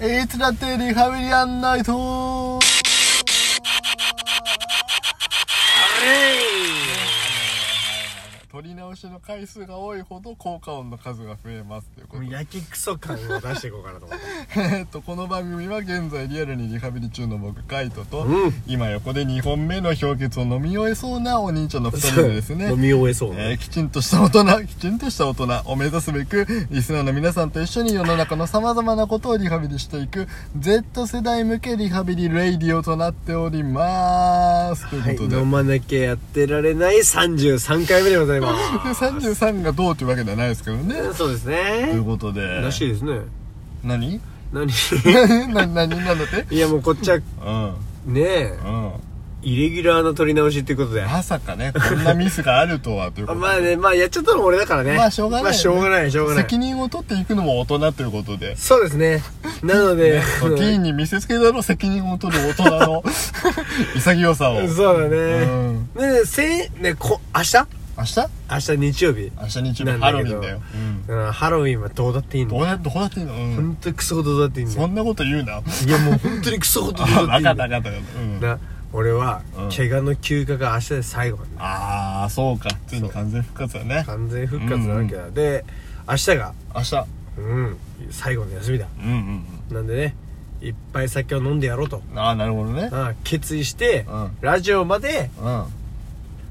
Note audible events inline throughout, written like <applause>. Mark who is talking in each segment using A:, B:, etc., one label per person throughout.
A: いつだってリハビリやんないと取り直しの回数が多いほど効果音の数が増えますということ
B: もう焼きクソ感を出していこうかなと思って
A: えーっとこの番組は現在リアルにリハビリ中の僕カイトと、
B: うん
A: 今横で2本目の氷結を飲み終え <laughs> そうなお兄ちゃんの2人でですね
B: 飲み終えそう
A: えー
B: ね
A: きちんとした大人、きちんとした大人を目指すべく、リスナーの皆さんと一緒に世の中の様々なことをリハビリしていく、Z 世代向けリハビリレイディオとなっております。と
B: は
A: いう
B: い
A: ことで、
B: 飲まなきゃやってられない33回目でござい
A: <laughs>
B: ま
A: で
B: す
A: 33がどうというわけではないですけどね。
B: そうです
A: とい
B: ね
A: うことで、
B: らしいですね <laughs>
A: 何
B: 何
A: な何なんだって
B: いやもうこっちは
A: うん、
B: ねえ
A: うん。
B: イレギュラーの取り直しっていうことで
A: まさかね、こんなミスがあるとは、というこ
B: あ
A: とで。
B: まあねまあやっちゃったの俺だからね
A: まあしょうがない
B: まあしょうがないしょうがない
A: 責任を取っていくのも大人ということで。
B: そうですねな
A: <laughs>
B: のであ
A: テ
B: の
A: ィーンに見せつけだろ責任を取る大人の <laughs> 潔さを。
B: <laughs> そうだ
A: う
B: ね
A: ん
B: ねえせんねこ明日
A: 明日
B: 明日日曜日
A: 明日日曜
B: な
A: 日
B: ん
A: ハ
B: だ
A: ロウ
B: けど
A: ィンだよ。うん
B: うんハロウィンはどうだっていい
A: ど
B: の
A: うやどうやっていいのうん
B: 本当にクソほどだっていいんだ
A: そ
B: よ
A: んなこと言うな。
B: いやもう本当にクソほどどうだ
A: あ、わ
B: っていいん
A: かっ
B: だ
A: たわ
B: よ
A: かったわかった。うん
B: な俺は
A: うん
B: 怪我の休暇が明日で最後なんだ
A: あー、そうか。ついに完全復活だね。
B: 完全復活なわけだで明日が
A: 明日。
B: うん最後の休みだ
A: うんうん
B: なんでねいっぱい酒を飲んでやろうと
A: うん。あー、なるほどね。
B: ああ決意して
A: うん
B: ラジオまで
A: うん。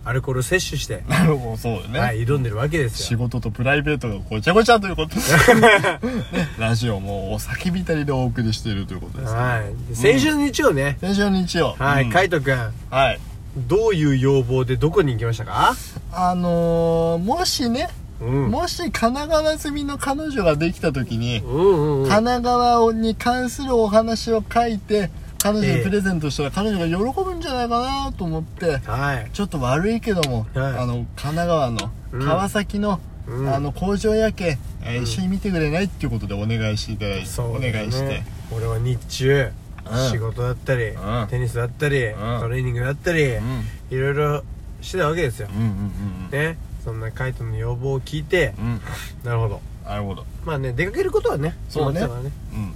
B: アルコール摂取して
A: なるほど、そうだね。
B: はい挑んでるわけです
A: 仕
B: よ
A: 事とプライベートがごちゃごちゃという
B: <laughs>
A: ことで、ね、ラジオもお酒びたりでお送りしているということです
B: はいで先週の日曜ね
A: 先週の日曜
B: はい
A: うん
B: 海斗くん
A: はい
B: どういう要望でどこに行きましたか
A: あのー、もしね、
B: うん
A: もし神奈川住みの彼女ができた時に、
B: うんうんうん
A: 神奈川に関するお話を書いて彼女
B: え
A: に
B: え
A: プレゼントしたら彼女が喜ぶんじゃないかなと思って
B: はい
A: ちょっと悪いけども、
B: はい
A: あの神奈川の
B: うん
A: 川崎の、
B: うん
A: あの工場夜景、えー
B: うん
A: 一緒に見てくれないっていうことでお願いしていただいて、
B: そ
A: お
B: うだね
A: 願いして
B: 俺は日中
A: うん
B: 仕事だったり
A: うん
B: テニスだったり
A: ん
B: トレーニングだったり
A: うん
B: いろいろしてたわけですよ
A: うんうん
B: ねそんな海斗の要望を聞いて
A: うんうん
B: なるほど
A: なるほど
B: まあね出かけることはね
A: そうね
B: 決まってたから
A: うん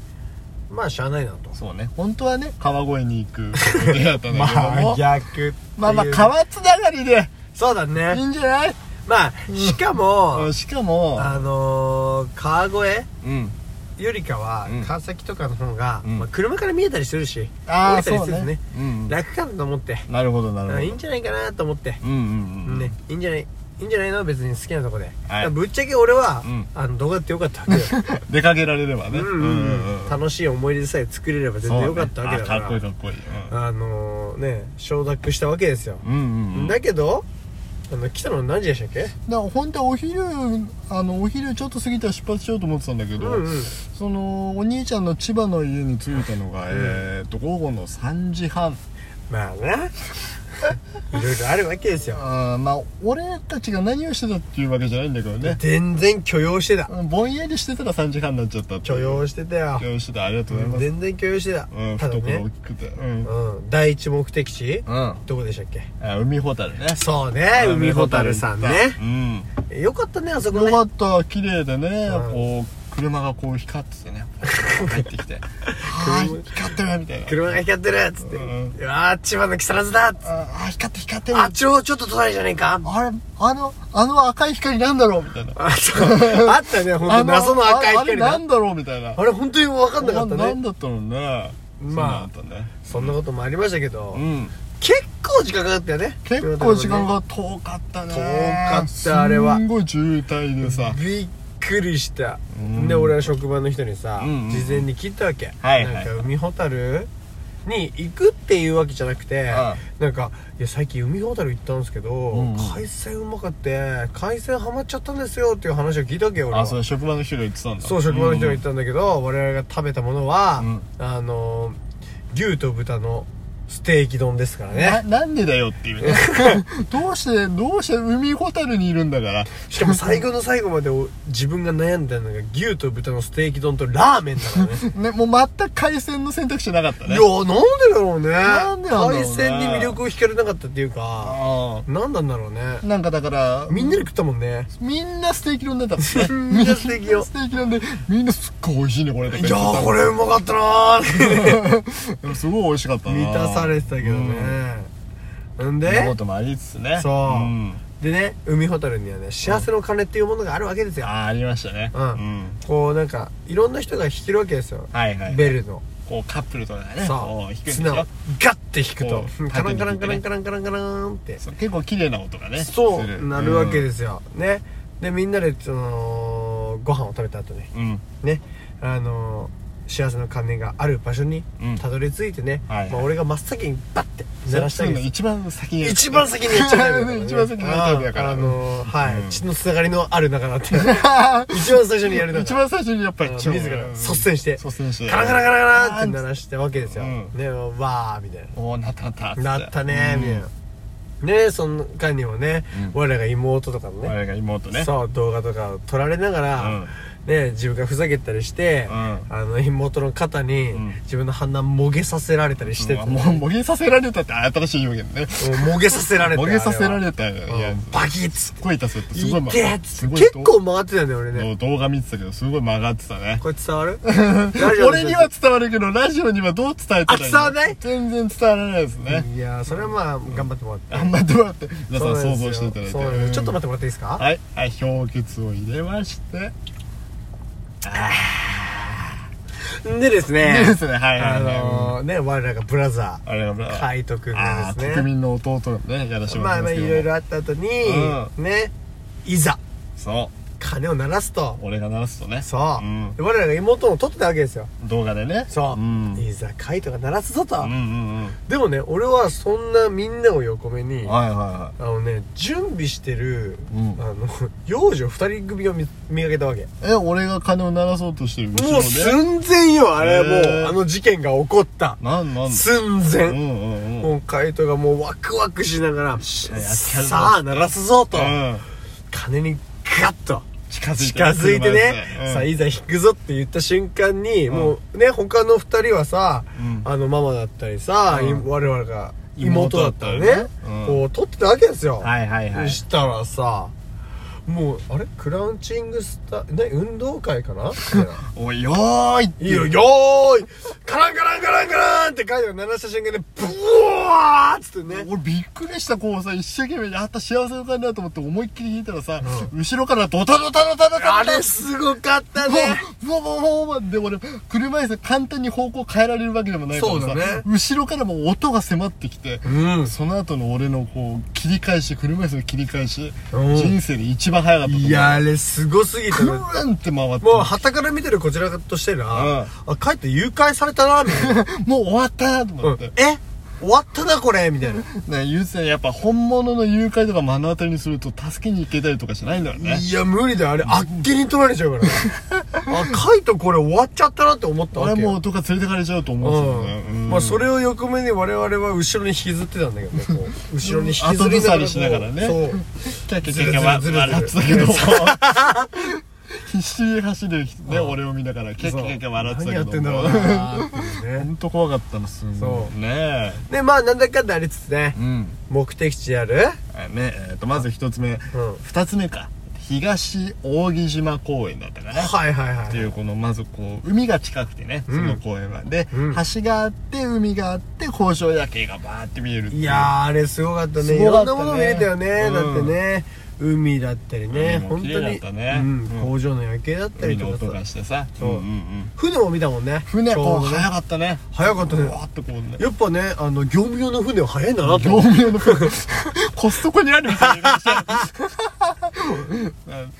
B: まあしゃあないなと
A: そうね本当はね川越に行く予定だったんだけど
B: <laughs> ま
A: も
B: あ逆
A: まあまあ
B: か
A: 川つながりで
B: そうだ
A: い
B: ね
A: いんじゃない
B: まあしかも
A: うんしかも
B: あのー川越
A: うん
B: よりかは
A: うん
B: 川崎とかの方が
A: うん
B: まあ車から見えたりするし
A: あ
B: 降
A: あ
B: りたり
A: そう
B: するし
A: ね
B: ね
A: うん
B: 楽かなと思って
A: なるほどなるほ
B: あ
A: ど
B: いいんじゃないかなと思って
A: うんうんうん
B: ねいいんじゃないいいんじゃないの別に好きなとこで、だからぶっちゃけ俺は、
A: うん
B: あの動画ってよかったわけよ
A: <laughs> 出かけられれば
B: う
A: ね
B: んうんうん楽しい思い出さえ作れれば全然よかったわけだか
A: そ
B: ら、
A: うねあかっこいいかっこいい
B: あのー、ね承諾したわけですよ、
A: うんうんうんうん
B: だけどあの来たの何時でしたっけ
A: だから本当はお昼あのお昼ちょっと過ぎたら出発しようと思ってたんだけど、
B: うんうん
A: そのお兄ちゃんの千葉の家に着いたのが、えー、と午後の3時半
B: まあね <laughs> いろいろあるわけですよ
A: あーまあ俺たちが何をしてたっていうわけじゃないんだけどね
B: 全然許容してた
A: うんぼんやりしてたら3時半になっちゃったってい
B: 許
A: う
B: 容してたよ
A: 許容してたありがとうございます、
B: 全然許容してた、
A: うん、
B: ただ
A: 懐大
B: ね、
A: きくてうん、うん
B: うん、第一目的地、
A: あ
B: どこでしたっけ
A: 海ほたるね
B: そうね海ほたるさんね
A: うん
B: よかったねあそこ
A: よ
B: ね
A: かった綺麗でね、
B: うん
A: こう車がこう光っててね入ってき
B: <laughs>
A: て「はい光ってる」みたいな
B: 車が光ってるっつって
A: う
B: 「うわー千葉の木更津だ」っつって
A: ああ光ってる光って
B: 「
A: る
B: あっちょちょっと隣じゃねえか」
A: あれあのあの赤い光なんだろうみたいな
B: あそう <laughs> あったねほん
A: あ
B: と謎の赤い
A: あれ
B: 光
A: な
B: が
A: んだろうみたいな
B: あれ本当に分かんなかった
A: な
B: ね
A: んだったのね
B: まあ
A: そうなんだね
B: そんなこともありましたけど
A: うん
B: 結構時間かかったよね
A: 結構時間
B: か
A: が遠かったね
B: 遠かったあれは
A: すんごい渋滞でさ
B: びっくりした
A: うん
B: で俺は職場の人にさ
A: うんうん
B: 事前に聞いたわけ
A: はいはい
B: なんか海ほたるに行くっていうわけじゃなくてなんかいや最近海ほたる行ったんですけ
A: う
B: ど
A: ん
B: 海鮮うまかって海鮮ハマっちゃったんですよっていう話を聞いたわけよ俺
A: あ
B: は
A: そう職場の人が言ってたんだ
B: そう職場の人が言っ
A: って
B: たんだけど、我々が食べたものは、
A: うん
B: あの牛と豚のステーキ丼ですから
A: な
B: ね
A: なんでだよって
B: <laughs>
A: いうねどうしてどうして海ホタルにいるんだから
B: しかも最後の最後までお自分が悩んだのが牛と豚のステーキ丼とラーメンだからね
A: <laughs> ねもう全く海鮮の選択肢なかった
B: い
A: ね
B: やなんでだろうね
A: なんでなんだろうね
B: 海鮮に魅力を惹かれなかったっていうか
A: あ
B: なんなんだろうね
A: あなんかだから
B: みんなで食ったもんね
A: みんなステーキ丼出たもんね
B: みんなステーキ
A: みん
B: 丼
A: なステーキ丼でみんなすっごい美味しいねこれと
B: い
A: か
B: や
A: 言ってた
B: ーこれうまかったな
A: <laughs>
B: ー
A: でもすごい美味しかったな
B: 満たされてたけど
A: うん
B: ねなん
A: そんな
B: で
A: こともありつつね
B: そうんでね海ホタルにはね幸せの鐘っていうものがあるわけですよ
A: あーありましたね
B: うんこうなんかいろんな人が弾けるわけですよ
A: はいはい
B: ベルの
A: こうカップルとかねこ
B: そう
A: 弾くん
B: う
A: です
B: 綱を
A: よ
B: ガッて弾くと
A: こう
B: カランカランカランカランカランカランって
A: そう結構綺麗な音がね
B: そ
A: する
B: うなるわけですすよねでみんなでそのご飯を食べた後ね
A: うん
B: ねあの幸せの鐘がある場所に
A: うん
B: たどり着いてね
A: はいはい
B: まあ俺が真っ先にバッて
A: そ
B: 鳴
A: う
B: らしたい
A: そういうの一番先に
B: 一番先に言っちゃうタイプだから
A: <laughs>
B: ね
A: 一番先にやるタイプだから
B: あーあのーはい、
A: うん
B: 血のつながりのある中だって
A: <laughs>
B: 一番最初にやる中
A: 一番最初にやっぱり
B: 自ら率先して
A: 率先して
B: カラカラカラカラって鳴
A: な
B: らしたわけですよ、
A: うん
B: ねわーみたい
A: おおなったなったつて
B: ななったねみたいな、ねその間にもね、
A: うん
B: 我らが妹とかの
A: うん
B: ね
A: 我が妹ね
B: そう動画とかを撮られながら、
A: うん
B: ね自分がふざけたりして、
A: うん
B: あの妹の肩に
A: うん
B: 自分の鼻もげさせられたりしてて、
A: うんもうもげさせられたって新しい表現ね
B: <laughs> もうもげさせられた
A: もげさせら
B: た
A: れたいや
B: バキッつって
A: 声出すってすごい
B: いてっつ
A: す
B: って
A: ごい
B: 結構曲がってたんだよ俺ね
A: ど動画見てたけどすごい曲がってたね
B: これ伝わる
A: 俺には伝わるけどラジオにはどう伝えてたらいいの
B: あ伝わんない
A: 全然伝わらないですね
B: いやーそれはまあ頑張ってもらって
A: あんまどうやって皆さん
B: そう
A: 想
B: なんで
A: 像し
B: す
A: ていただい
B: よ
A: て
B: そうなんですちょっと待っててもらっていいですか
A: はいはい氷結を入れまして
B: でです
A: いいで
B: ね
A: すねはいは
B: あ
A: いはい
B: のーね我らがブラザ
A: あれがま
B: ー
A: あ
B: 海斗君
A: あ
B: が
A: ー
B: で
A: 国
B: すね
A: 民の弟がねやらしても
B: ま
A: ら
B: あ
A: いま
B: まあ
A: すけど
B: いろいろあった後に
A: う
B: ねいざ
A: そ
B: 鐘を鳴らすと
A: う俺が鳴らすとね
B: そう
A: うん
B: で我らが妹を取ってたわけですよ
A: 動画でね
B: そ
A: ん
B: ういざ海斗が鳴らすぞと
A: うんうん
B: でもね俺はそんなみんなを横目
A: う
B: に
A: んはいはいは
B: あのね準備してる、
A: うん
B: あの幼女二人組を見見かけたわけも
A: いえ俺が鐘を鳴らそうとしてる後ろで
B: う寸前よあれ
A: へ
B: は
A: ー
B: もうあの事件が起こった
A: なんなん
B: 寸
A: う
B: 前、
A: んうんうん
B: もう海斗がもうワクワクしながら
A: やってやるぞ
B: さあ鳴らすぞと、
A: うん
B: 鐘にガッと
A: 近づいて
B: 近づいてね、さあ
A: い
B: いざ引くぞって言った瞬間に、
A: うん
B: もうね他の二人はさ、
A: うん
B: あのママだったりさ、
A: うん
B: い我々が妹だったらね
A: 妹だったらねうん
B: こう撮ってたわけですよ、
A: はいはいはい
B: したらさもうあれクラウチングスタね運動会かな
A: おいよーいって
B: いいよよーいカランカランカランカランってカイトが鳴らした瞬間でブワーっつってね
A: 俺びっくりしたこうさ一生懸命やった幸せの感じだと思って思いっきり弾いたらさ、後ろからドタドタドタドタ
B: あ
A: ドタ
B: れすごかったね
A: うわうわうわうわうわで俺車椅子簡単に方向変えられるわけでもないから
B: そ
A: さ、
B: うだね
A: 後ろからも音が迫ってきて、
B: ん
A: その後の俺のこう切り返し車椅子の切り返し、
B: うん
A: 人生で一番早かったと思う
B: いやあれすごすぎた
A: ク
B: ね
A: ルーンって回って
B: もう旗から見てるこちらとして
A: うん
B: な、あカイト誘拐されたなみたいな、
A: もう終わったと
B: う
A: 思
B: ん
A: って、
B: <laughs> え終わったなこれみたいな
A: ね、ゆうつさんやっぱ本物の誘拐とか目の当たりにすると助けに行けたりとかしないんだよね。
B: いや、無理だよ。あれ、あっけに取られちゃうから。あ、カイトこれ終わっちゃったなって思ったわ
A: 俺
B: け
A: もう
B: よ。
A: とか連れてかれちゃうと思うんですよね。
B: う
A: うん
B: ん。まあ、それを横目に我々は後ろに引きずってたんだけどね、こう。後ろに引きずりなが
A: 後ず
B: ら。
A: さりしながらね
B: そう。
A: キャッキャ
B: ずる
A: ッキ
B: ずる
A: ャわ
B: ずるずる
A: 笑ってたけど。必死に走る人ね、俺を見ながら、キャッキャッキャッキャ笑ってた
B: 何
A: けど。
B: やってんだろうなーっていうね
A: ほんと怖かったの、すご
B: そ
A: い。ね
B: で、まあ、なんだかんだありつつね
A: え。う、ん。
B: 目的地である、
A: あねえっと、まず一つ目。
B: うん。
A: 二つ目か。東扇島公園だったかな。
B: はいはいは
A: って
B: い。
A: いうこのまずこう海が近くてねその公園は、で、
B: うん
A: 橋があって海があって交渉夜景がバーって見えるっていう
B: いやー、あれすごかったね。
A: す
B: い
A: ごか
B: ろ
A: ったね
B: んなもの見れたよね。
A: うん
B: だってね。海だったりね。
A: 海も
B: 本
A: 綺
B: 当
A: 麗だっ
B: に。
A: たね
B: うん。工場の夜景だったり
A: 海
B: と
A: の音
B: かさ
A: が。してさ
B: そうん
A: ん
B: 船も見たもんね。
A: 船
B: ちょう
A: こ
B: ど
A: う
B: ね
A: 早かったね
B: 早かったね
A: わーっとこうね
B: やっぱね、あの、業務用の船は早いんだなと
A: 業
B: 思っ
A: 務用の船コストコにあるみたいな
B: て。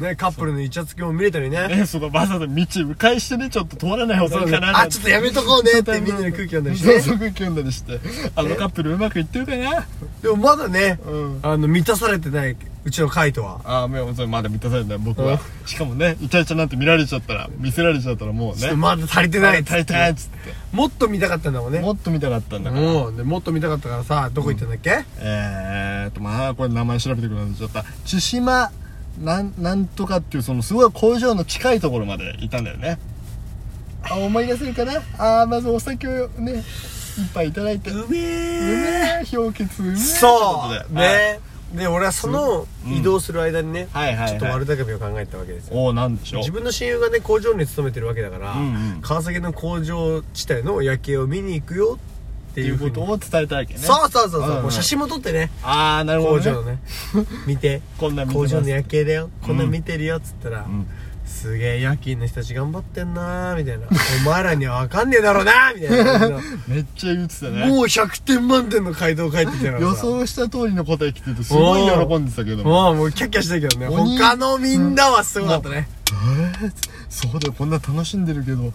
B: ね、カップルのイチャつきも見れたりね。
A: ねそのわざわざ道迂回してねちょっと通らない方がいいかな
B: あ、ちょっとやめとこうねってみんなで空気読んだりして。
A: そうそう空気読んだりしてあのカップルうまくいってるかな
B: でもまだね、
A: うん
B: あの、満たされてないうちのカイトは
A: ああもうそれまだ満たされてない僕はしかもねイチャイチャなんて見られちゃったら見せられちゃったらもう
B: ちょっ
A: ね
B: とまだ足りてないっつ
A: 足
B: っ
A: り
B: て
A: てないっつって
B: もっと見たかったんだもんね
A: もっと見たかったんだから、
B: もうんでもっと見たかったからさどこ行ったんだっけ、
A: えーっとまあこれ名前調べてくださいちょっと千島なんなんとかっていうそのすごい工場の近いところまで行ったんだよねあ思い出せるかなあーまずお酒をね一杯いただいてう
B: うめえ
A: めえ氷結うめえ
B: そ
A: ってこと
B: う
A: ではい
B: ねで俺はその移動する間にね、
A: はいはいはい
B: ちょっと悪巧みを考えてたわけですよ
A: おおなんでしょう
B: 自分の親友がね工場に勤めてるわけだから、
A: うんうん
B: 川崎の工場地帯の夜景を見に行くよって
A: って
B: い
A: いうう
B: ふう
A: こ
B: に
A: とを伝えたわけね
B: そうそうそうそう、
A: うんうん
B: もう写真も撮ってね
A: ああなるほど、
B: 工場
A: ね
B: の、ね見て
A: こんなん見て
B: 工
A: ます
B: 場の夜景だよこんなん見てるよっつったら、
A: ん
B: すげえ夜勤の人たち頑張ってんなーみたいなお前らには分かんねえだろうなーみたいな感じ
A: めっちゃ言ってた
B: の
A: ね
B: もう100点満点の回答返ってきたからさ
A: 予想した通りの答え来ててすごい喜んでたけども
B: もうもうキャッキャしてたけどね
A: 鬼
B: 他のみんなはすごかったね、
A: えーそうだよこんな楽しんでるけど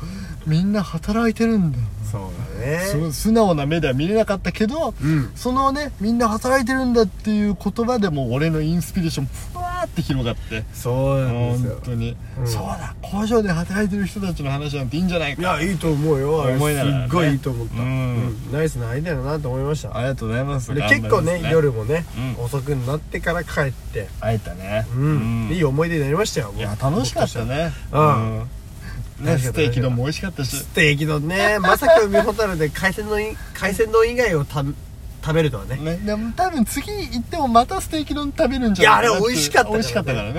A: みんな働いてるんだよ
B: そうだね
A: そう素直な目では見れなかったけど、
B: うん
A: そのねみんな働いてるんだっていう言葉でもう俺のインスピレーションふわーって広がって
B: そうなんですよ
A: 本当に、
B: うん
A: そうだ工場で働いてる人たちの話なんていいんじゃない
B: い
A: か
B: やいいと思うよあれ
A: 思いながらね
B: すっごいいいと思った、
A: うん
B: うんナイスなアイデアだなと思いました
A: ありがとうございます
B: で
A: 頑張り
B: 結構
A: ます
B: ね夜もね、
A: うん
B: 遅くなってから帰って、
A: 会えたね
B: うんいい思い出になりましたよ
A: いや楽しかったね
B: う
A: う
B: ん
A: ん
B: 楽
A: ね
B: しか
A: ス
B: ったね
A: テーキ丼も美味しかったし
B: ステーキ丼ねまさか海ほたるで海鮮丼い海鮮丼以外をた食べるとはね
A: ね、でも多分次行ってもまたステーキ丼食べるんじゃない
B: いやあれ美味しかったからね
A: 美味しかったから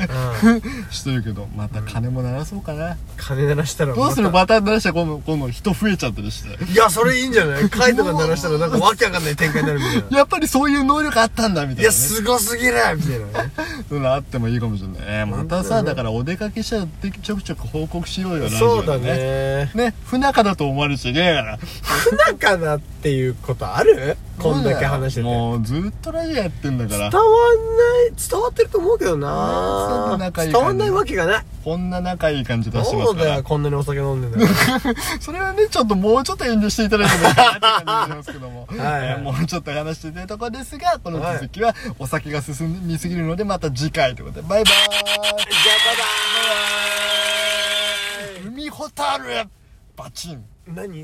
A: ね、 <laughs> してるけどまた金も鳴らそうかな、
B: 金鳴らしたら
A: どうする
B: ま
A: また鳴らしたら今度今度人増えちゃったりして
B: たいやそれいいんじゃない貝とか鳴らしたらなんかわけわかんない展開になるみたいな
A: やっぱりそういう能力あったんだみた
B: い
A: いな、
B: や
A: ね、
B: すごすぎる <laughs> みたいなね
A: そういうのあってもいいかもしれない、えーまた
B: 本当だ
A: さ
B: ね
A: だからお出かけしたらちょくちょく報告しようよラジオ
B: そう
A: で
B: だね
A: ね不仲だと思われちゃいけないから
B: 不仲だっていうことあるこんだけ話してて伝わ
A: もうずっとラジオやってんだから
B: んない伝わってると思うけど
A: ねそ
B: なん
A: な仲いい
B: 伝わんないわけがない
A: こんな仲いい感じ出してま
B: そ
A: す
B: う
A: から
B: だよこんなにお酒飲んでん <laughs> だから
A: それはね、ちょっともうちょっと遠慮していただいてもいいかなって感じがしますけども、
B: <laughs> はい
A: えーもうちょっと話していただいたところですが、この続きはお酒が進みすぎるので、また次回ということで、バイバ
B: じゃあバイバーイ
A: ーイ海ホタルバチン
B: 何